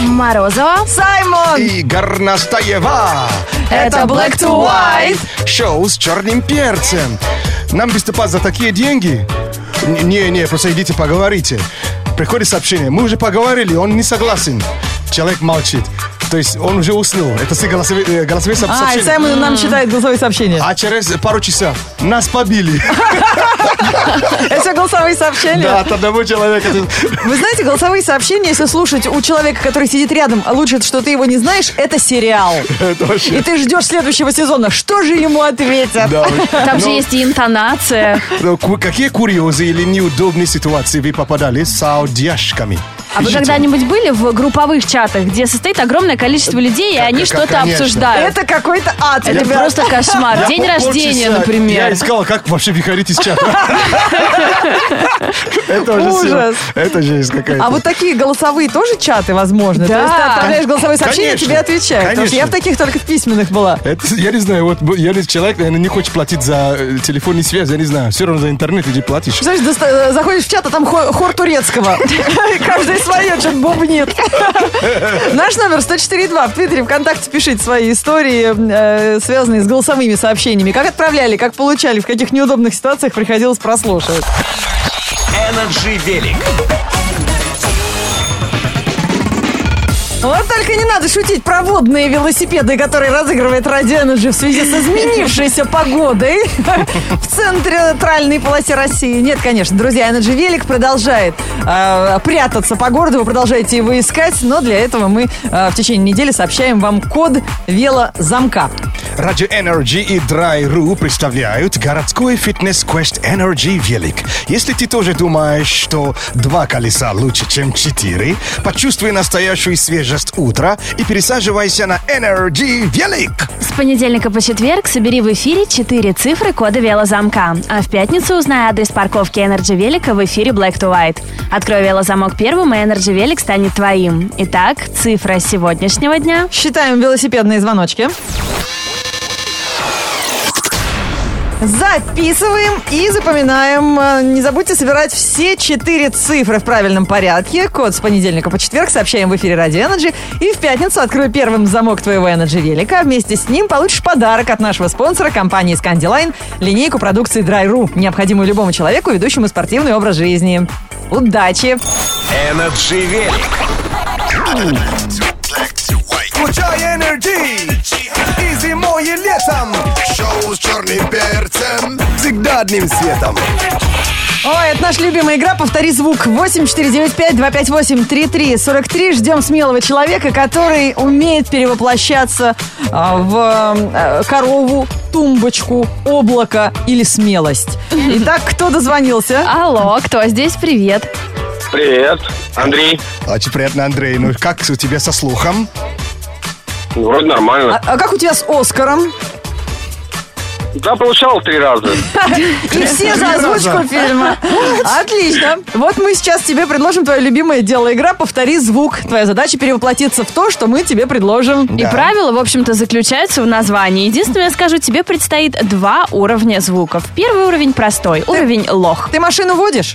Морозова. Саймон! и Горностаева. Это Black to White. Шоу с черным перцем. Нам выступать за такие деньги? Не-не, просто идите поговорите. Приходит сообщение. Мы уже поговорили, он не согласен. Человек молчит. То есть он уже уснул. Это все голосовые, э, голосовые сооб- А, и сообщения. Саймон нам читает голосовые сообщения. А через пару часов нас побили. Это все голосовые сообщения? а, Да, от одного человека. Вы знаете, голосовые сообщения, если слушать у человека, который сидит рядом, а лучше, что ты его не знаешь, это сериал. Это И вообще... ты ждешь следующего сезона. Что же ему ответят? Да, вы- Там же Ну, есть и интонация. ну, ку- Какие курьезы или неудобные ситуации вы попадали с аудяшками? А вы Ищите. когда-нибудь были в групповых чатах, где состоит огромное количество людей, и они что-то конечно. обсуждают? Это какой-то ад, Это ребят. просто кошмар. Я А День пол- рождения, полчаса- Я например. искал, как вообще выходить из чата. Это уже всё. Ужас. Это жесть какая-то. А вот такие голосовые тоже чаты возможны? Да. То есть ты отправляешь голосовое сообщение, Конечно. тебе отвечают. Потому что я в Конечно. таких только в письменных была. Это, я не знаю, вот б- я не- человек, наверное, не хочет платить за э, телефонную связь, я не знаю. Все равно за интернет иди платишь. Знаешь, доста- заходишь в чат, а там хо- хор турецкого. И Каждый свое что-то бубнит. Наш номер 104.2. В Твиттере, ВКонтакте пишите свои истории, э, связанные с голосовыми сообщениями. Как отправляли, как получали, в каких неудобных ситуациях приходилось прослушивать. Energy Велик. Вот только не надо шутить про водные велосипеды, которые разыгрывает Радио Energy в связи с изменившейся погодой в центральной полосе России. Нет, конечно, друзья, Energy Велик продолжает э, прятаться по городу, вы продолжаете его искать, но для этого мы э, в течение недели сообщаем вам код велозамка. Радио Energy и Dry.ru представляют городской фитнес-квест Energy Велик. Если ты тоже думаешь, что два колеса лучше, чем четыре, почувствуй настоящую свежесть утра и пересаживайся на Energy Велик. С понедельника по четверг собери в эфире четыре цифры кода велозамка, а в пятницу узнай адрес парковки Energy Велика в эфире Black to White. Открой велозамок первым, и Energy Велик станет твоим. Итак, цифра сегодняшнего дня Считаем велосипедные звоночки. Записываем и запоминаем. Э, Не забудьте собирать все четыре цифры в правильном порядке. Код с понедельника по четверг сообщаем в эфире Радио Energy. И в пятницу открою первым замок твоего Energy велика. Вместе с ним получишь подарок от нашего спонсора компании Scandiline линейку продукции Dry.ru, необходимую любому человеку, ведущему спортивный образ жизни. Удачи! Energy Велик. Включай энергии и зимой, и летом. Шоу с черным перцем. Всегда одним светом. Ой, это наша любимая игра. Повтори звук. 8495-258-3343. Ждем смелого человека, который умеет перевоплощаться а, в э, корову, тумбочку, облако или смелость. Итак, кто дозвонился? Алло, кто здесь? Привет. Привет, Андрей. Очень приятно, Андрей. Ну, как у тебя со слухом? Ну, Вроде А, нормально. а как у тебя с Оскаром? Да, получал три раза. И все за озвучку фильма. Отлично. Вот мы сейчас тебе предложим твое любимое дело игра. Повтори звук. Твоя задача перевоплотиться в то, что мы тебе предложим. И правила, в общем-то, заключаются в названии. Единственное, я скажу, тебе предстоит два уровня звуков. Первый уровень простой, уровень лох. Ты машину водишь?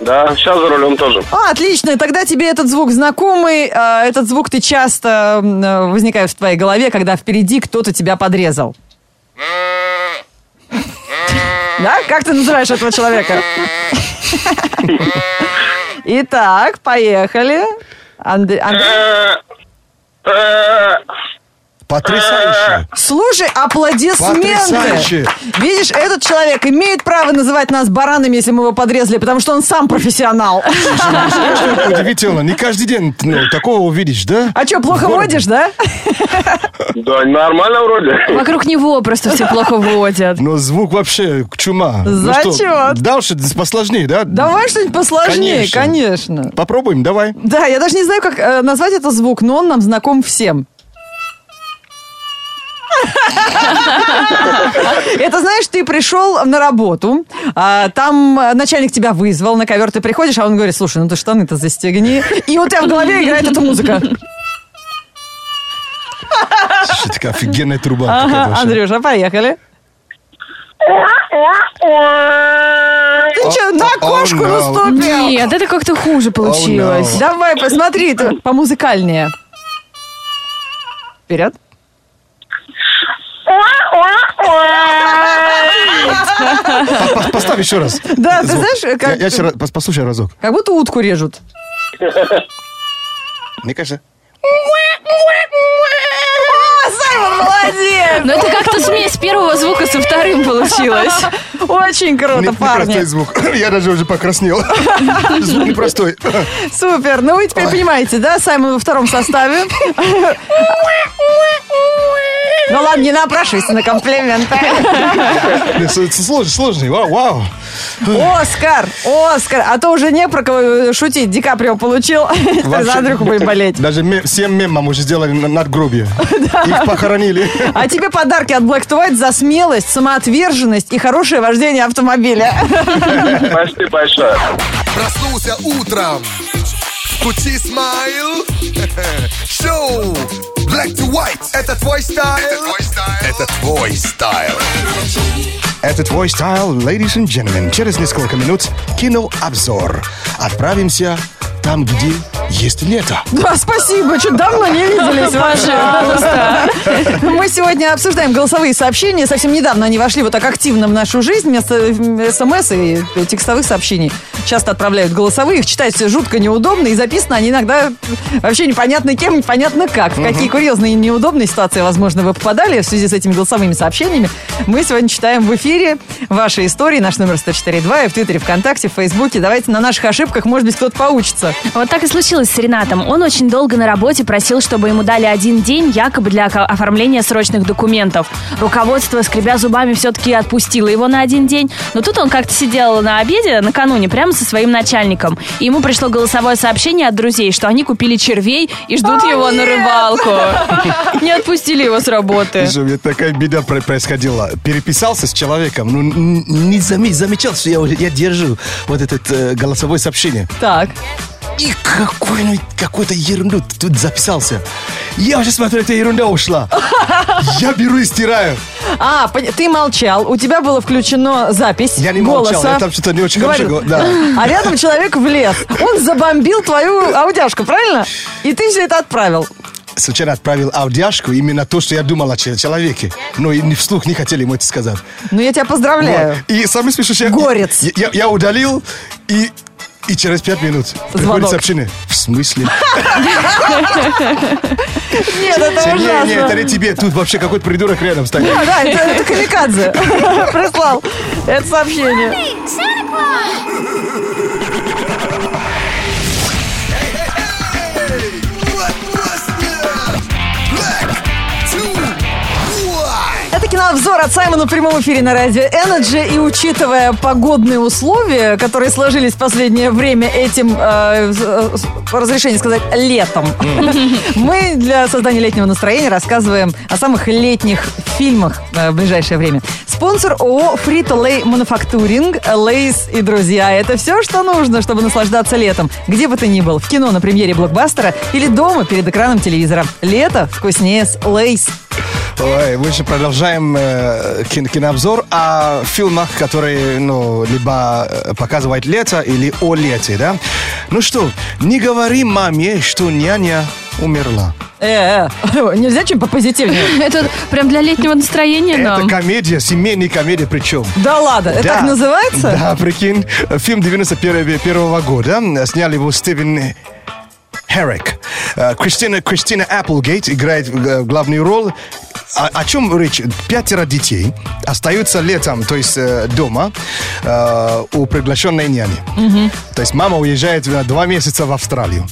Да, сейчас за рулем тоже. А, отлично, тогда тебе этот звук знакомый, а, этот звук ты часто м, э, возникает в твоей голове, когда впереди кто-то тебя подрезал. Да? Как ты называешь этого человека? Итак, поехали. Анд- Анд- Потрясающе. Слушай, аплодисменты. Потрясающе. Видишь, этот человек имеет право называть нас баранами, если мы его подрезали, потому что он сам профессионал. Э. Удивительно. Не каждый день ну, такого увидишь, да? А что, плохо В городе. водишь, да? Да, нормально вроде. Вокруг него просто все плохо водят. Но звук вообще чума. Ну что, Зачет. дальше посложнее, да? Давай что-нибудь посложнее, Конечно. конечно. Попробуем, давай. Да, я даже не знаю, как э, назвать этот звук, но он нам знаком всем. Это знаешь, ты пришел на работу, а, там э, начальник тебя вызвал, на ковер ты приходишь, а он говорит, слушай, ну ты штаны-то застегни. И у тебя в голове играет эта музыка. Слушай, такая офигенная труба. какая-то Ага, вообще. Андрюша, поехали. Ты что, на О, о, кошку no. наступил? Нет, это как-то хуже Oh, получилось. no. Давай, посмотри, это помузыкальнее. Вперед. А, По- Поставь еще раз. Да, ты звук. знаешь, Я- как, Я сейчас пос- послушай разок. как будто утку режут. Мне кажется... А, Саймон, молодец! Но это как-то смесь первого звука со вторым получилась. Очень круто, не- Непростой парни. звук. Я даже уже покраснел. Звук непростой. Супер. Ну вы теперь понимаете, да, Саймон во втором составе. Ну ладно, не напрашивайся на комплименты. Сложный, сложный. Вау, вау. Оскар, Оскар, а то уже не про кого шутить. Ди Каприо получил. Теперь За Вообще, Андрюху будем болеть. Даже мем- всем мемам уже сделали на- надгробие. Их похоронили. А тебе подарки от Black to White за смелость, самоотверженность и хорошее вождение автомобиля. Спасибо большое. Проснулся утром. Включи смайл. Шоу. Black to white. Это твой стайл. Это твой стайл. Это твой стайл. Это твой стайл, ladies and gentlemen. Через несколько минут кинообзор. Отправимся там, где есть лето. Да, спасибо, что давно не виделись вообще. Мы сегодня обсуждаем голосовые сообщения. Совсем недавно они вошли вот так активно в нашу жизнь. Вместо м, смс и текстовых сообщений часто отправляют голосовые. Их читать жутко неудобно. И записаны они иногда вообще непонятно кем, непонятно как. В какие курьезные и неудобные ситуации, возможно, вы попадали в связи с этими голосовыми сообщениями. Мы сегодня читаем в эфире ваши истории. Наш номер 104.2 и в Твиттере, ВКонтакте, в Фейсбуке. Давайте на наших ошибках, может быть, кто-то поучится. Вот так и случилось с Ренатом. Он очень долго на работе просил, чтобы ему дали один день якобы для ока- оформления срочных документов. Руководство, скребя зубами, все-таки отпустило его на один день. Но тут он как-то сидел на обеде накануне прямо со своим начальником. И ему пришло голосовое сообщение от друзей, что они купили червей и ждут его на рыбалку. Не отпустили его с работы. Слушай, у меня такая беда про- происходила. Переписался с человеком, ну н- не заме- замечал, что я, уже- я держу вот это голосовое сообщение. Так. И какой, ну, какой-то ерунду т- тут записался. Я уже смотрю, эта ерунда ушла. Я беру и стираю. А, пон- ты молчал, у тебя было включено запись Я не голоса. молчал, я там что-то не очень хорошо Говорил. говорю. Да. А рядом человек влез. Он забомбил твою аудяшку, правильно? И ты все это отправил. Случайно отправил аудиашку, именно то, что я думал о че- человеке. Но и не- вслух не хотели ему это сказать. Ну, я тебя поздравляю. Вот. И самый смешной, я- Горец. Я, я- я удалил и, и через пять минут приходит Звонок. сообщение. В смысле? Нет, это Не, ужасно. не, это не тебе. Тут вообще какой-то придурок рядом стоит. Да, да, это, это камикадзе. Прислал это сообщение. Black to white. Это кинообзор от Саймона в прямом эфире на радио Energy. И учитывая погодные условия, которые сложились в последнее время этим, э, с- с- разрешение сказать, летом, мы для создания летнего настроения рассказываем о самых летних фильмах э, в ближайшее время. Спонсор ООО Free to Lay Manufacturing, Лейс и друзья. Это все, что нужно, чтобы наслаждаться летом. Где бы ты ни был, в кино на премьере блокбастера или дома перед экраном телевизора. Лето вкуснее с Лейс. Ой, мы же продолжаем э, кин- кинообзор о фильмах, которые, ну, либо э, показывают лето или о лете, да? Ну что, не говори маме, что няня умерла. Э, э, нельзя чем попозитивнее. Это прям для летнего настроения Это нам. комедия, семейная комедия причем. Да ладно, это Да. так называется? Да, прикинь. Фильм 91 года. Снял его Стивен Херрик. Э, Кристина, Кристина Applegate играет э, главную роль. О, о чем речь? Пятеро детей остаются летом, то есть э, дома, э, у приглашенной няни. То есть мама уезжает на два месяца в Австралию.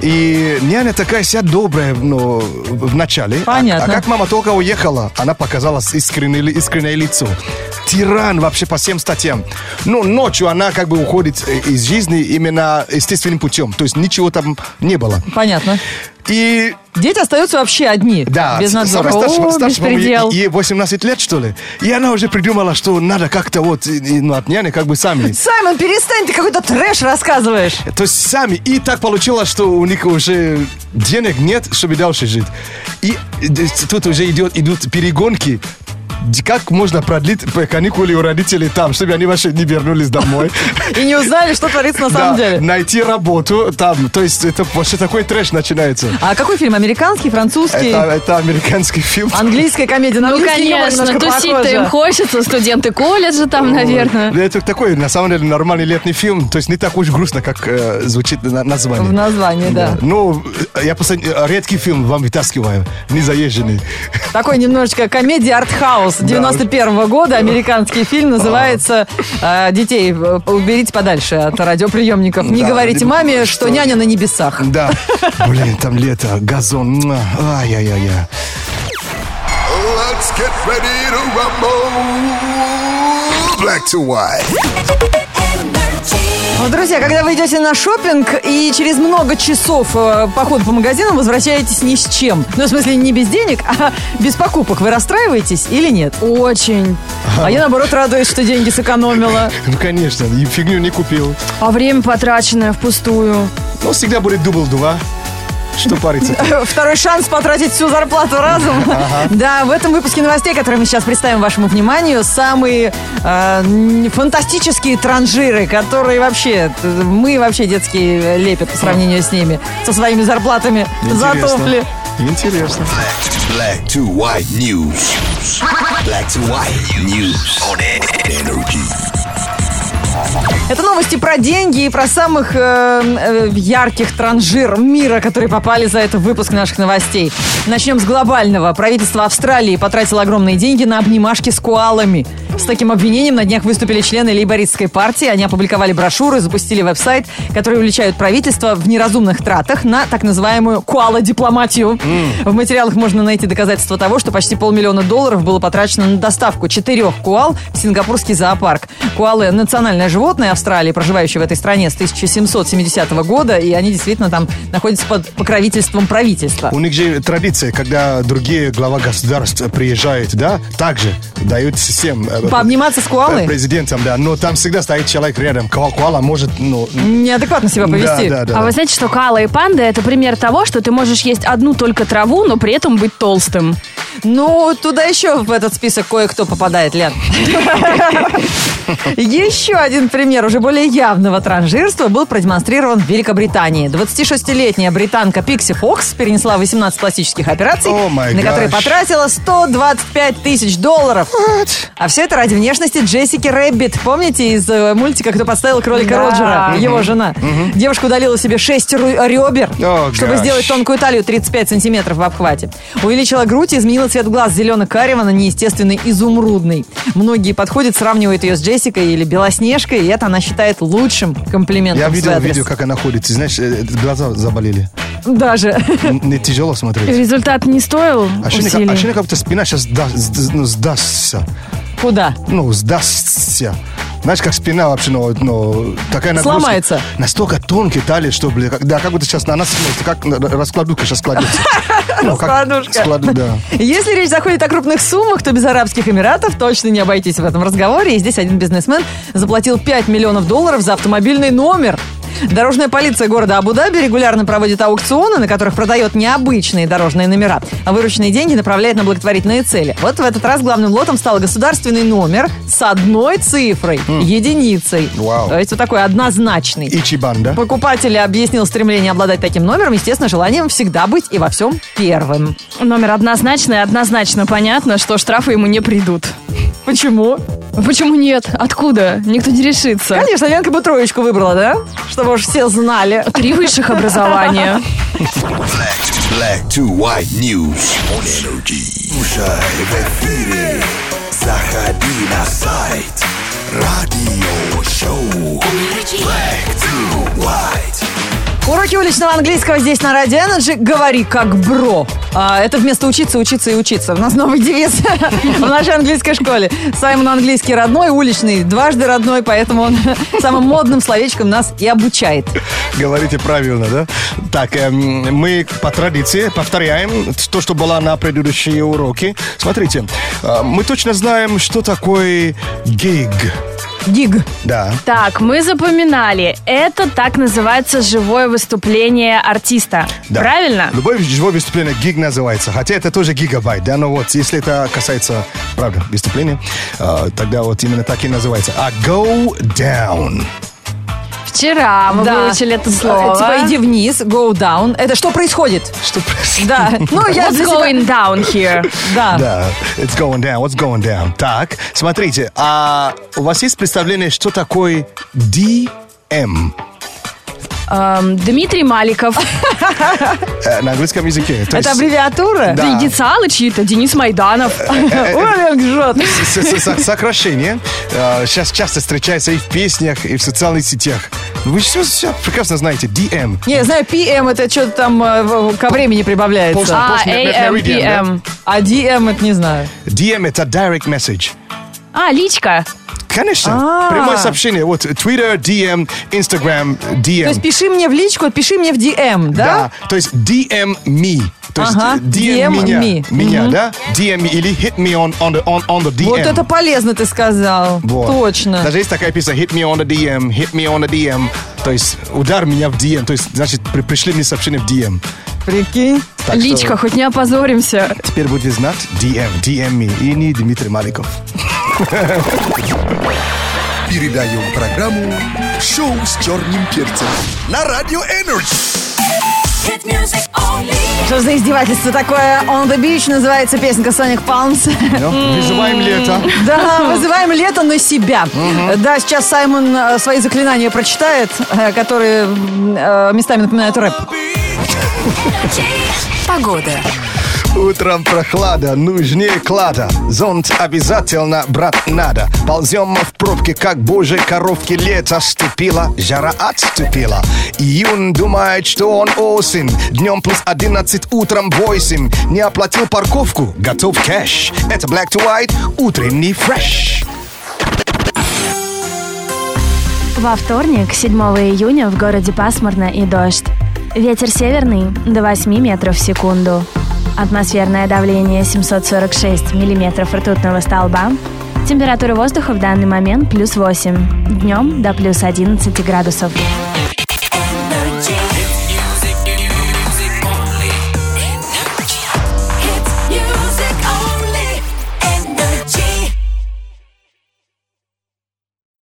И няня такая вся добрая ну, в начале. А- Понятно. а как Мама только уехала, она показала с- искренне- искреннее лицо. Тиран вообще по всем статьям. Но ночью она как бы уходит э, из жизни именно естественным путем. То есть ничего там не было. Понятно. И Дети остаются вообще одни. да, Без с- надзора. самая старшая- О, старшая, по-моему, беспредел. ей ей 18 лет, что ли. И она уже придумала, что надо как-то вот э, э, ну, от няни как бы сами. Саймон, перестань, ты какой-то трэш рассказываешь. То есть сами. И так получилось, что у них уже денег нет, чтобы дальше жить. И э, тут уже идет, идут перегонки д- как можно продлить э, каникулы у родителей там, чтобы они вообще не вернулись домой. И не узнали, что творится на Да, самом деле. найти работу там. То есть это вообще такой трэш начинается. А какой фильм? Американский, французский? Это, это американский фильм. Английская комедия. На Ну, английский юмор конечно, немножко тусить-то похоже. им хочется, студенты колледжа там, наверное. Да, Это такой, на самом деле, нормальный летний фильм. То есть не так уж грустно, как э, звучит на- название. В названии, да. Ну, э, я просто э, редкий фильм вам вытаскиваю. Незаезженный. Такой немножечко комедия артхаус 91 года. Американский фильм называется э, «Детей э, уберите подальше от радиоприемников». Не Да, говорите либо- маме, что няня на небесах. Да. Блин, там лето, газон. м, Ай-яй-яй-яй. Let's get ready to rumble. Black to white. Ну, Друзья, когда вы идете на шопинг и через много часов э, похода по магазинам возвращаетесь ни с чем. Ну, в смысле, не без денег, а без покупок. Вы расстраиваетесь или нет? Очень. А я, наоборот, радуюсь, что деньги сэкономила. Ну, конечно, и фигню не купил. А время потраченное впустую. Ну, всегда будет дубл два. Что париться Второй шанс потратить всю зарплату разом. Да, в этом выпуске новостей, которые мы сейчас представим вашему вниманию, самые э, н- фантастические транжиры, которые вообще, т- мы вообще детские лепят по сравнению с ними, со своими зарплатами затопли. Интересно. Black to white news. Black to white news on energy. Это новости про деньги и про самых э, э, ярких транжир мира, которые попали за этот выпуск наших новостей. Начнем с глобального. Правительство Австралии потратило огромные деньги на обнимашки с коалами. С таким обвинением на днях выступили члены лейбористской партии. Они опубликовали брошюры, запустили веб-сайт, которые уличают правительство в неразумных тратах на так называемую коала-дипломатию. В материалах можно найти доказательства того, что почти полмиллиона долларов было потрачено на доставку четырех коал в сингапурский зоопарк. Коалы – национальное животное Австралии, проживающее в этой стране с 1770 года, и они действительно там находятся под покровительством правительства. У них же традиция, когда другие глава государств приезжают, да, также дают всем... э, Пообниматься с коалой? э, Президентом, да, но там всегда стоит человек рядом. Коал- Коала может, ну... Неадекватно себя повести. Да, да, да. А вы знаете, что кала и панда – это пример того, что ты можешь есть одну только траву, но при этом быть толстым. Ну, туда еще в этот список кое-кто попадает, Лен. Еще один пример уже более явного транжирства был продемонстрирован в Великобритании. 26-летняя британка Пикси Фокс перенесла 18 пластических операций, О, май на которые гаш. потратила 125 тысяч долларов. А все это ради внешности Джессики Рэббит. Помните из э, мультика «Кто подставил кролика Да. Роджера?» Его жена. Девушка удалила себе 6 ребер, О, чтобы гаш. сделать тонкую тонкую талию 35 сантиметров в обхвате. Увеличила грудь и изменила цвет глаз с зелено-карего на неестественный изумрудный. Многие подходят, сравнивают ее с Джессикой или Белоснежкой, и это она считает лучшим комплиментом Я в свой видел адрес. видео, как она ходит. и Знаешь, э, глаза заболели. Даже. Н- Не тяжело смотреть. А Результат не стоил Ощущение, как- усилий. ощущение, как будто спина сейчас ну, сдастся. Куда? Ну, сдастся. Знаешь, как спина вообще, ну, ну, такая нагрузка. Сломается. Настолько тонкий талии, что, блин, как- да, как будто сейчас на нас смотрит, как на- раскладушка сейчас кладется. Ну, как Раскладушка. Складу, да. Если речь заходит о крупных суммах, то без Арабских Эмиратов точно не обойтись в этом разговоре. И здесь один бизнесмен заплатил 5 миллионов долларов за автомобильный номер. Дорожная полиция города Абу-Даби регулярно проводит аукционы, на которых продает необычные дорожные номера, а вырученные деньги направляет на благотворительные цели. Вот в этот раз главным лотом стал государственный номер с одной цифрой, единицей. Вау. То есть вот такой однозначный. Ичибан, да? Покупатель объяснил стремление обладать таким номером, естественно, желанием всегда быть и во всем первым. Номер однозначный, однозначно понятно, что штрафы ему не придут. Почему? Почему нет? Откуда? Никто не решится. Конечно, Ленка бы троечку выбрала, да? Чтобы уж все знали. Три высших образования. Black to white news on energy. Слушай в эфире. Заходи на сайт. Радио шоу. Black to white. Уроки уличного английского здесь на Радио Energy. Говори как бро. А, это вместо учиться, учиться и учиться. У нас новый девиз в нашей английской школе. Саймон английский родной, уличный, дважды родной, поэтому он самым модным словечком нас и обучает. Говорите правильно, да? Так, эм, мы по традиции повторяем то, что было на предыдущие уроки. Смотрите, э, мы точно знаем, что такое гиг. Гиг. Да. Так, мы запоминали. Это так называется живое выступление артиста. Да. Ну. Правильно? Любое его выступление гиг называется. Хотя это тоже гигабайт, да, но вот если это касается, правда, выступления, э, тогда вот именно так и называется. А go down. Вчера мы Да. выучили это Э, слово. Типа иди вниз, go down. Это что происходит? Что происходит? Да. Ну, я What's для себя- going down here? Да. Да, it's going down, what's going down. Так, смотрите, а у вас есть представление, что такое DM Эм, Дмитрий Маликов. э, на английском языке? То Это есть, аббревиатура? Да. Э, Инициалы чьи-то. Денис Майданов. Ой, как жжет. с- с- с- Сокращение сейчас часто встречается и в песнях, и в социальных сетях. Вы все, прекрасно знаете, DM. Не, я знаю, PM это что-то там э, в- ко времени Пост- прибавляется. А, пост- AM, Meridian, да? PM. А DM это не знаю. DM это direct message. А, личка. Конечно, А. прямое сообщение. Вот Twitter, DM, Instagram, DM. То есть пиши мне в личку, пиши мне в DM, да? То есть DM me. То есть Ага, э, DM DM, меня. me. Меня, да? DM me или hit me on, on, the, on, on the DM. Вот это полезно ты сказал. Вот. Точно. Даже есть такая песня Hit me on the DM, hit me on the DM. То есть удар меня в DM. То есть, значит, при- пришли мне сообщение в DM. Прикинь. Так что Личка, хоть не опозоримся. теперь будете знать DM, DM me. И не Дмитрий Маликов. Передаем программу «Шоу с черным перцем» на Радио Энерджи. Hit music only. Что за издевательство такое? On the Beach называется песенка Sonic Palms. Ну, Вызываем лето. Да, вызываем лето на себя. Да, сейчас Саймон э, свои заклинания прочитает, э, которые э, местами напоминают рэп. Утром прохлада, нужнее клада. Зонт обязательно, брат, надо. Ползем мы в пробке, как божьей коровки. Лето ступило, жара отступила. Июнь думает, что он осень. Днем плюс 11, утром 8. Не оплатил парковку, готов кэш. Это Black to White, утренний фреш. Во вторник, 7 июня, в городе пасмурно и дождь. Ветер северный до 8 метров в секунду. Атмосферное давление 746 миллиметров ртутного столба. Температура воздуха в данный момент плюс 8. Днем до плюс 11 градусов.